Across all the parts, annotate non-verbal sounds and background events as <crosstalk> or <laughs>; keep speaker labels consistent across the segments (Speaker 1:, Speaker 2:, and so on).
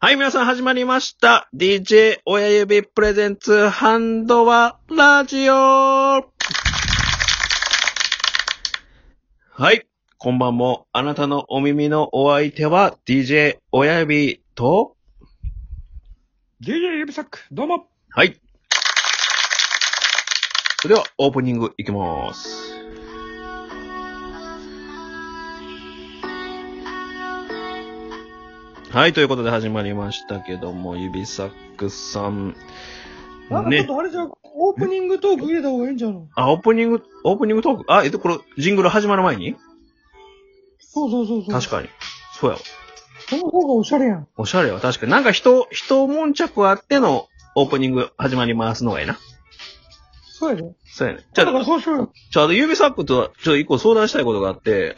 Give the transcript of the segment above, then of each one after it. Speaker 1: はい、皆さん始まりました。DJ 親指プレゼンツハンドはラジオはい、こんばんも、あなたのお耳のお相手は DJ 親指と、
Speaker 2: DJ 指サック、どうも
Speaker 1: はい。それではオープニングいきます。はい、ということで始まりましたけども、指サックさん。
Speaker 2: なんかちょっ
Speaker 1: ね。
Speaker 2: とあれじゃん、オープニングトーク入れた方がいいんじゃない
Speaker 1: あ、オープニング、オープニングトーク。あ、えっと、これ、ジングル始まる前に
Speaker 2: そうそうそうそう。
Speaker 1: 確かに。そうやわ。
Speaker 2: その方がおしゃれやん。
Speaker 1: おしゃれは確かに。なんか人、人悶着あってのオープニング始まりますのがいいな。
Speaker 2: そうやで。
Speaker 1: そうやね。ち
Speaker 2: だ
Speaker 1: ょっ
Speaker 2: か
Speaker 1: と
Speaker 2: ら、そうしようよ。
Speaker 1: ちょっと指サックとは、ちょっと一個相談したいことがあって、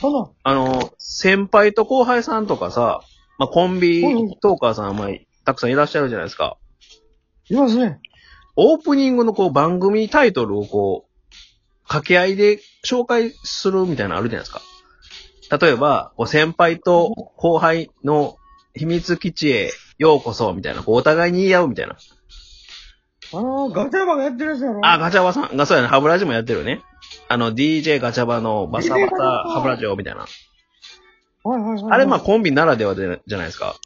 Speaker 2: そんなん。
Speaker 1: あの、先輩と後輩さんとかさ、まあ、コンビトーカーさん、まあ、たくさんいらっしゃるじゃないですか。
Speaker 2: いますね。
Speaker 1: オープニングのこう番組タイトルをこう、掛け合いで紹介するみたいなのあるじゃないですか。例えば、こう先輩と後輩の秘密基地へようこそみたいな、こうお互いに言い合うみたいな。
Speaker 2: あのー、ガチャバがやってるやつやろ。
Speaker 1: あ、ガチャバさん、がそうやね、ハブラジもやってるよね。あの、DJ ガチャバのバサバ
Speaker 2: DJ ガチャ
Speaker 1: サ
Speaker 2: バ
Speaker 1: ハブラジオみたいな。
Speaker 2: はいはいはいはい。
Speaker 1: あれ、まあ、コンビならではでじゃないですか。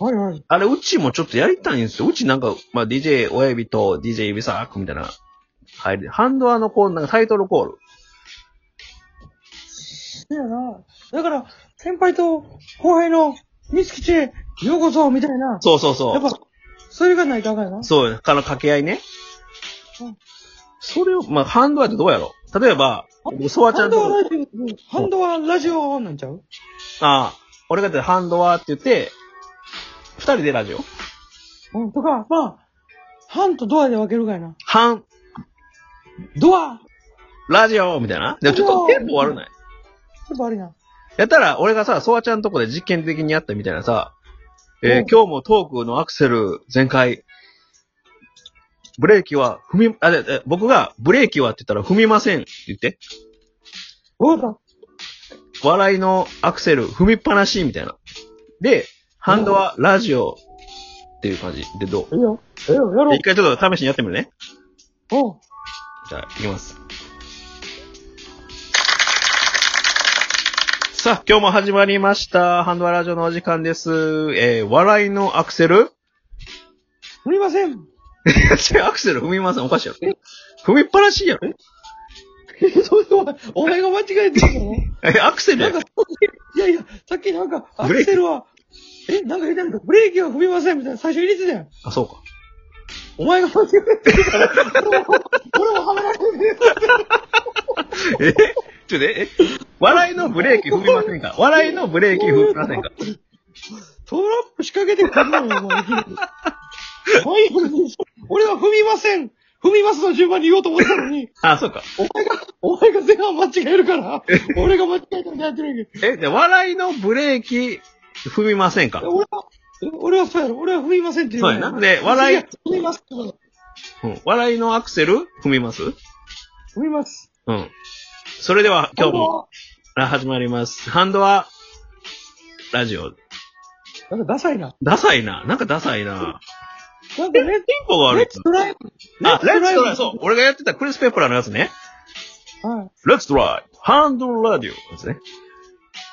Speaker 2: はいはい。
Speaker 1: あれ、うちもちょっとやりたいんですよ。うちなんか、まあ、DJ 親指と DJ 指サークみたいな入り。ハンドアのこう、なんかタイトルコール。
Speaker 2: せやな。だから、先輩と後輩のミスキチへようこそみたいな。
Speaker 1: そうそうそ
Speaker 2: やっぱ
Speaker 1: う。、
Speaker 2: それがないとあかんやな。
Speaker 1: そうよ、から掛け合いね
Speaker 2: うん。
Speaker 1: それを、まあ、ハンドアってどうやろう例えば、僕ソワち
Speaker 2: ハ
Speaker 1: ゃ
Speaker 2: ン
Speaker 1: んと
Speaker 2: ド
Speaker 1: こ、
Speaker 2: はラジオ、ハンドはラジオなんちゃう
Speaker 1: ああ、俺がやってるハンドアって言って、二人でラジオ。
Speaker 2: うん。とか、まあ、ハンとドアで分けるかやな。
Speaker 1: ハン、
Speaker 2: ドア
Speaker 1: ラジオみたいな。でもちょっとテンポ悪ない。
Speaker 2: やっぱあれな。
Speaker 1: やったら、俺がさ、ソワちゃんとこで実験的にやったみたいなさ、えー
Speaker 2: うん
Speaker 1: 今日もトークのアクセル全開、ブレーキは踏み、あ、で、で僕がブレーキはって言ったら踏みませんって言って、
Speaker 2: わかっ
Speaker 1: 笑いのアクセル踏みっぱなしみたいな。で、ハンドはラジオっていう感じでどう
Speaker 2: た。いいよ。いいよ、やろう
Speaker 1: 一。回ちょっと試しにやってみるね。
Speaker 2: おう
Speaker 1: じゃあ、いきます。さあ、今日も始まりました。ハンドアラジオのお時間です。えー、笑いのアクセル
Speaker 2: 振りま
Speaker 1: <laughs>
Speaker 2: せん。
Speaker 1: 違うアクセル踏みません。おかしいやろ。踏みっぱなしやろ。
Speaker 2: そういうのお前が間違えてるからね。
Speaker 1: え、アクセル
Speaker 2: な
Speaker 1: や
Speaker 2: んか、いやいや、さっきなんか、ア
Speaker 1: ブレーキ
Speaker 2: クセルは、え、なんか言ってんのブレーキは踏みませんみたいな最初入れてたやん。
Speaker 1: あ、そうか。
Speaker 2: お前が間違えてるから、 <laughs> 俺も、俺もはめられてる。
Speaker 1: えちょっとえ、え笑いのブレーキ踏みませんか笑いのブレーキ踏みませんか
Speaker 2: トラップ仕掛けてくるのよ、お前。お前俺は踏みません。踏みますの順番に言おうと思ったのに、
Speaker 1: あ、そうか。
Speaker 2: お前が、お前が前半間違える
Speaker 1: <laughs>
Speaker 2: から、俺が間違えたみたいになってるやんけ。
Speaker 1: え、で、笑いのブレーキ踏みませんか
Speaker 2: 俺は、俺はそうやろ。俺は踏みませんって言う
Speaker 1: そうやなで笑い
Speaker 2: や踏みます。踏
Speaker 1: うん。笑いのアクセル踏みます
Speaker 2: みます。
Speaker 1: うん。それでは、今日も。あ始まります。ハンドは、ラジオ。
Speaker 2: なんかダサいな。
Speaker 1: ダサいな。なんかダサいな。
Speaker 2: なんかレッ
Speaker 1: テンポが
Speaker 2: ツ、
Speaker 1: 悪
Speaker 2: レ
Speaker 1: い
Speaker 2: ッ。ツドライブ。
Speaker 1: あ、レッツトライ、
Speaker 2: ド
Speaker 1: そう。俺がやってたクリス・ペプラーのやつね。
Speaker 2: ライブはい。
Speaker 1: レッツトライ。ハンドラジオですね。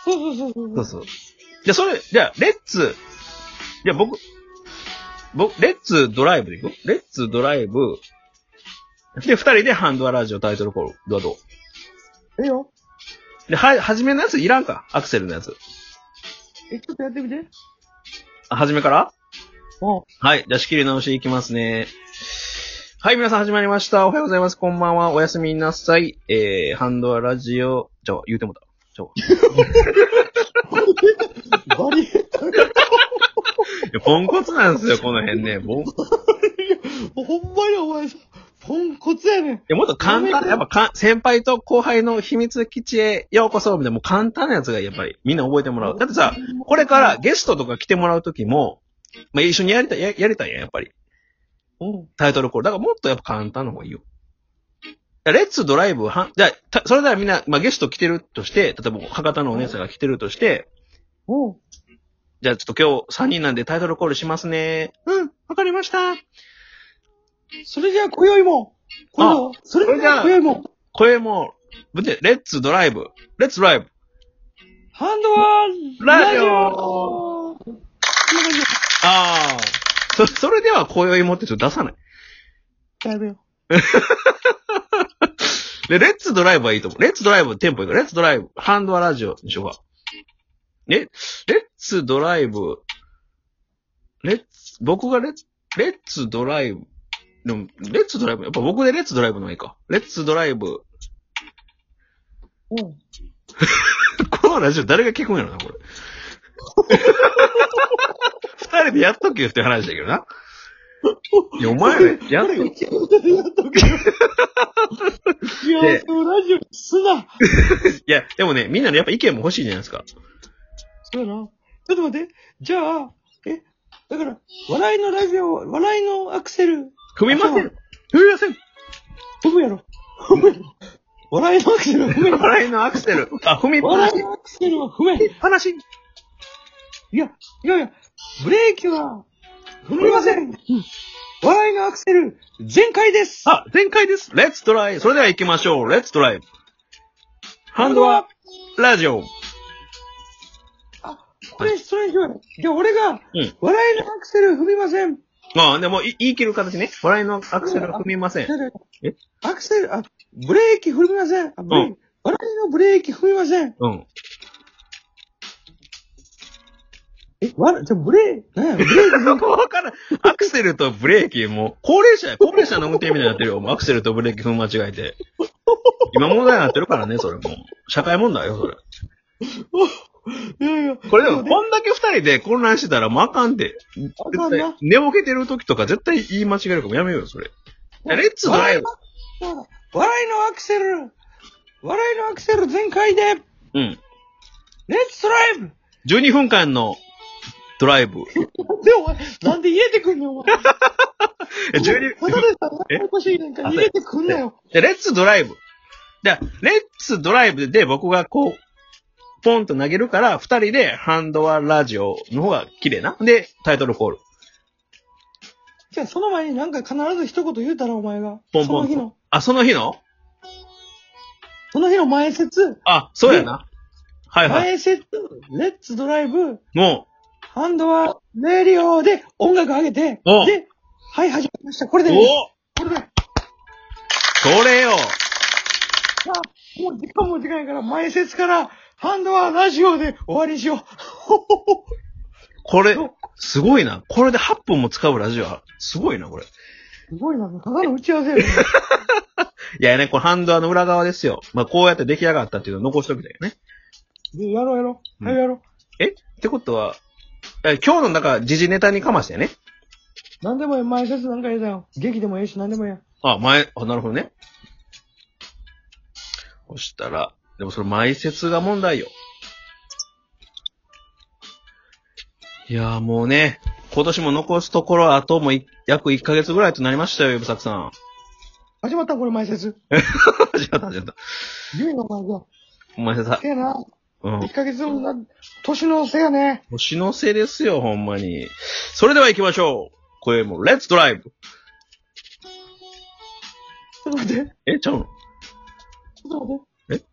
Speaker 2: そうそうそう。
Speaker 1: そ
Speaker 2: そう
Speaker 1: そう。
Speaker 2: う
Speaker 1: じゃあ、それ、じゃあ、レッツ、じゃあ僕、僕、レッツドライブでいくレッツドライブ。で、二人でハンドアラジオタイトルコール。どうど
Speaker 2: ええよ。
Speaker 1: うで、は、初めのやついらんかアクセルのやつ。
Speaker 2: え、ちょっとやってみて。うん。
Speaker 1: あ、初めからはい。じゃあ仕切り直しいきますね。はい、皆さん始まりました。おはようございます。こんばんは。おやすみなさい。えー、ハンドアラジオ、ちょ、言うてもうた。ちょ、い
Speaker 2: バ <laughs> リエータル。
Speaker 1: やポンコツなんですよ、この辺ね。もう、い
Speaker 2: ほんまにお前さ、ポンコツやねん。
Speaker 1: やもっと簡単、やっぱかん、先輩と後輩の秘密基地へようこそ、みたいな、もう簡単なやつがやっぱり、みんな覚えてもらう。だってさ、これからゲストとか来てもらうときも、まあ、一緒にやりたい、ややりたいやん、やっぱり。
Speaker 2: うん。
Speaker 1: タイトルコール。だからもっとやっぱ簡単な方がいいよ。じゃあレッツドライブは、じゃあたそれではみんな、まあ、ゲスト来てるとして、例えば博多のお姉さんが来てるとして、
Speaker 2: うん。
Speaker 1: じゃあちょっと今日3人なんでタイトルコールしますね。
Speaker 2: うん、わかりました。それじゃあ、今宵も。このそれじゃあ、今宵も。
Speaker 1: 声も、ぶて、レッツドライブ。レッツドライブ。
Speaker 2: ハンドワン
Speaker 1: ラジオ
Speaker 2: こんな感じで
Speaker 1: ああ。そ、それでは今宵もってちょっと出さない。
Speaker 2: やめよ
Speaker 1: で、レッツドライブはいいと思う。レッツドライブテンポいいから、レッツドライブ、ハンドアラジオにしようか。え、レッツドライブ、レッツ、僕がレッツ、レッツドライブ、でも、レッツドライブ、やっぱ僕でレッツドライブの方がいいか。レッツドライブ、
Speaker 2: う。うん。
Speaker 1: <laughs> このラジオ誰が聞くんやろな、これ。 <laughs> 二人でやっとけよっていう話だけどな。いや、お前らやっ
Speaker 2: これ
Speaker 1: と、
Speaker 2: 一応歌でやっとくよ。いや、そのラジオにすな。
Speaker 1: いや、でもね、みんなのやっぱ意見も欲しいじゃないですか。
Speaker 2: そうやな。ちょっと待って。じゃあ、え、だから、笑いのラジオ、笑いのアクセル、
Speaker 1: 踏みません
Speaker 2: あそ
Speaker 1: 踏みません
Speaker 2: 踏むやろ。踏むやろ。笑いのアクセルは踏め。
Speaker 1: 笑いのアクセル。あ、踏みっぱな
Speaker 2: 笑
Speaker 1: し
Speaker 2: いのアクセルは踏め。い
Speaker 1: 話。
Speaker 2: や、いやいや、ブレーキは踏みません。笑いのアクセル、全開です。
Speaker 1: あ、前回です。Let's try. それでは行きましょう。Let's try. ハンドはラジオ。
Speaker 2: これ、それ以上やろ。じゃあ、俺が
Speaker 1: うん、
Speaker 2: 笑いのアクセル踏みません。
Speaker 1: ああ、でもい言い切る形ね。笑いのアクセルが踏みません。え
Speaker 2: アクセル、あ、ブレーキ踏みません。あ、ブレーキ
Speaker 1: う
Speaker 2: 笑いのブレーキ踏みません。
Speaker 1: うん。
Speaker 2: え、わら、じゃあブレー、なんや、ブレーキ
Speaker 1: よくわからん。 <laughs> アクセルとブレーキ、もう、高齢者や、高齢者の運転みたいになってるよ。もうアクセルとブレーキ踏み間違えて。今問題になってるからね、それもう。社会問題よ、それ。
Speaker 2: いやいや、
Speaker 1: これでも、
Speaker 2: そうね
Speaker 1: <laughs> こんだけ二人で混乱してたらもうあかんで。
Speaker 2: あか
Speaker 1: 絶
Speaker 2: ん
Speaker 1: 対
Speaker 2: な。
Speaker 1: 寝ぼけてる時とか絶対言い間違えるからやめようよ、それ。いやレッツドライブ。
Speaker 2: そうだ笑いのアクセル、笑いのアクセル全開で、
Speaker 1: うん。
Speaker 2: レッツドライブ
Speaker 1: 12分間のドライブ。
Speaker 2: で、お前、なんで入れてくんねん、お前。
Speaker 1: え12
Speaker 2: ただでさ、ややこしいなんか
Speaker 1: え
Speaker 2: 入れてくんなよ。
Speaker 1: で、レッツドライブ。で、レッツドライブで僕がこう、ポンと投げるから、二人でハンドワラジオの方が綺麗な。で、タイトルコール。
Speaker 2: じゃあ、その前になんか必ず一言言うたら、お前が。
Speaker 1: ポンポン
Speaker 2: その日の、
Speaker 1: あ、その日の
Speaker 2: その日の前説、
Speaker 1: あ、そうやな。はいはい。
Speaker 2: 前説、レッツドライブ、
Speaker 1: も
Speaker 2: ハンドは、レディオで音楽上げて、
Speaker 1: お
Speaker 2: で、はい、始まりました。これ
Speaker 1: う、
Speaker 2: で、
Speaker 1: お
Speaker 2: これで、
Speaker 1: それよ
Speaker 2: さあ、もう時間も時間やから、前説から、ハンドはラジオで終わりにしよう。 <laughs>
Speaker 1: これ、すごいな。これで8分も使うラジオ。すごいな、これ。
Speaker 2: すごいな、ただの打ち合わせや
Speaker 1: <laughs>
Speaker 2: ね。
Speaker 1: いやね、これハンドワの裏側ですよ。まあ、こうやって出来上がったっていうのを残しときたいよね。
Speaker 2: でやろうやろ
Speaker 1: う
Speaker 2: う。
Speaker 1: ん
Speaker 2: はい、やろ
Speaker 1: えってことは、え今日の中、時事ネタにかましてね。
Speaker 2: う。なんでもええ、前説なんかええだよ。劇でもええし、なんでもええやん。
Speaker 1: あ、前、あ、なるほどね。そしたら、でもそれ前説が問題よ。いやーもうね、今年も残すところあともうい約1ヶ月ぐらいとなりましたよ、ゆぶさくさん。 <laughs>
Speaker 2: 始まったこれ前説。
Speaker 1: 始まった、始まった。
Speaker 2: ゆいの前が。
Speaker 1: 前説は
Speaker 2: ええな。
Speaker 1: うん。
Speaker 2: 1ヶ月分な、年のせやね。
Speaker 1: 年の瀬ですよ、ほんまに。それでは行きましょう。これも、レッツドライブ。
Speaker 2: ちょっと待って、
Speaker 1: え、ちゃうの <laughs>
Speaker 2: ちょっと待って。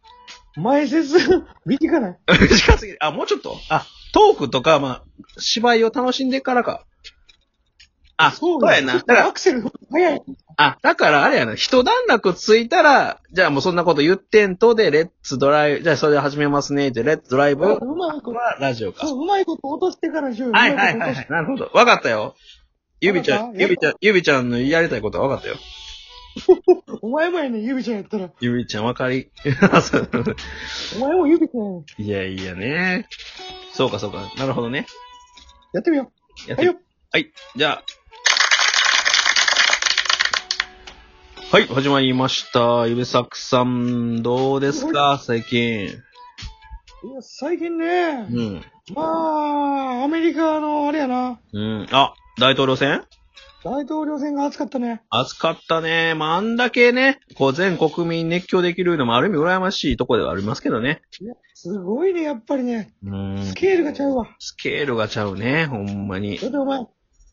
Speaker 2: え前説、 <laughs> 短ない。
Speaker 1: 近すぎる。あ、もうちょっとあ、トークとか、まあ、芝居を楽しんでからか。あ、そうやな。だから、
Speaker 2: アクセル、早い。
Speaker 1: あ、だからあれやな、一段落ついたら、じゃあもうそんなこと言ってんとで、レッツドライブ、じゃあそれで始めますね、で、レッツドライブは
Speaker 2: うまいこと、
Speaker 1: ラジオか。
Speaker 2: そううまいこと落としてからしようよ。
Speaker 1: はいはいは
Speaker 2: う
Speaker 1: い
Speaker 2: まこと落とし
Speaker 1: は
Speaker 2: て
Speaker 1: い。なるほど。わかったよ。ゆびちゃ
Speaker 2: わかっ
Speaker 1: ん、
Speaker 2: た
Speaker 1: ゆびちゃん、ゆびちゃんのやりたいことはわかったよ。
Speaker 2: お前もやねん、ゆびちゃんやったら。
Speaker 1: ゆびちゃんわかり。 <laughs> そう
Speaker 2: お前もゆびちゃんやねん。
Speaker 1: いやいやね。そうかそうか。なるほどね。
Speaker 2: やってみよ
Speaker 1: やっ
Speaker 2: う。は
Speaker 1: て
Speaker 2: い
Speaker 1: み
Speaker 2: よ。
Speaker 1: はい、じゃあ。はい、始まりました。ゆびさくさん、どうですか、最近。
Speaker 2: いや、最近ね、
Speaker 1: うん。
Speaker 2: まあ、アメリカの、あれやな。
Speaker 1: うん。あ、大統領選
Speaker 2: 大統領選が熱かったね。
Speaker 1: 暑かったね。まあ、あんだけね、こう全国民熱狂できるのもある意味羨ましいとこではありますけどね。
Speaker 2: すごいね、やっぱりね。
Speaker 1: うん。
Speaker 2: スケールがちゃうわ。
Speaker 1: スケールがちゃうね、ほんまに。
Speaker 2: だってお前、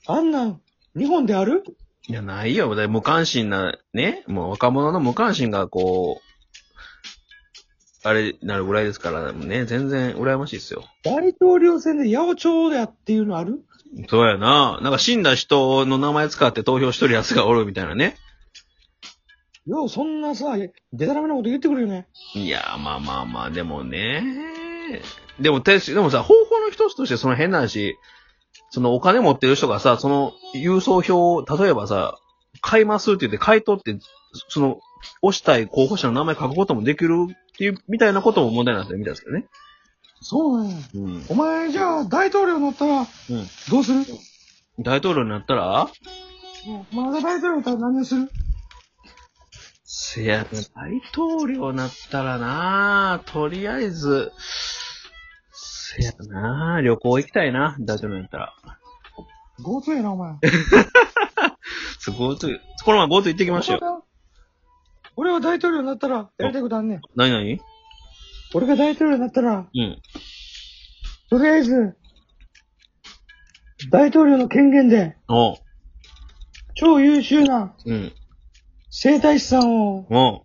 Speaker 2: あんなん、日本である
Speaker 1: いや、ないよ。だ無関心な、ね、もう若者の無関心がこう、あれになるぐらいですからね、全然羨ましいですよ。
Speaker 2: 大統領選で八百長だっていうのある
Speaker 1: そうやな。なんか死んだ人の名前使って投票しとるやつがおるみたいなね。
Speaker 2: よう、そんなさ、でたらめなこと言ってくるよね。
Speaker 1: いやー、まあまあまあ、でもね。でも、てしでもさ、方法の一つとしてその変な話、そのお金持ってる人がさ、その郵送票を、例えばさ、買いますって言って買い取って、その、押したい候補者の名前書くこともできるっていう、みたいなことも問題になってるみたいですけどね。
Speaker 2: そうね。
Speaker 1: うん。
Speaker 2: お前、じゃあ、大統領になったら、どうする、
Speaker 1: 大統領になったら
Speaker 2: まだ大統領になったら何をする
Speaker 1: せや、大統領なったらなとりあえず、せやな旅行行きたいな、大統領になったら。
Speaker 2: 強盗やな、お前。
Speaker 1: そう、GoTo、この前 GoTo 行ってきましたよ。
Speaker 2: 俺は大統領になったら、やりたいことあんねん。
Speaker 1: 何何
Speaker 2: 俺が大統領になったら、
Speaker 1: うん。
Speaker 2: とりあえず、大統領の権限で、
Speaker 1: おう。
Speaker 2: 超優秀な
Speaker 1: うん。
Speaker 2: 生態師さんを、
Speaker 1: おう。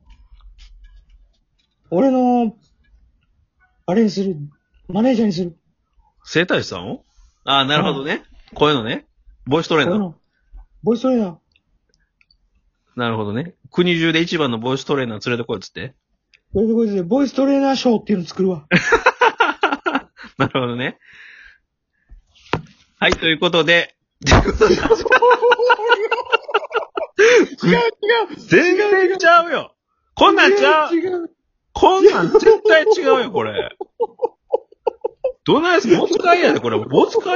Speaker 2: 俺の、あれにする。マネージャーにする。
Speaker 1: 生体師さんをああ、なるほどね。こういうのね。ボイストレーナ
Speaker 2: 俺
Speaker 1: ー。
Speaker 2: の、ボイストレーナー。
Speaker 1: なるほどね。国中で一番のボイストレーナー連れてこいっつって。 <laughs>
Speaker 2: そういうとこで、ボイストレーナーショーっていうの作るわ。
Speaker 1: なるほどね。はい、ということで。ということで
Speaker 2: 違う違う
Speaker 1: 全然ちゃうよこんなんちゃう
Speaker 2: 違う
Speaker 1: こんなん絶対違うよ、これ。どないす、ボツ会やで、これ。ボツ会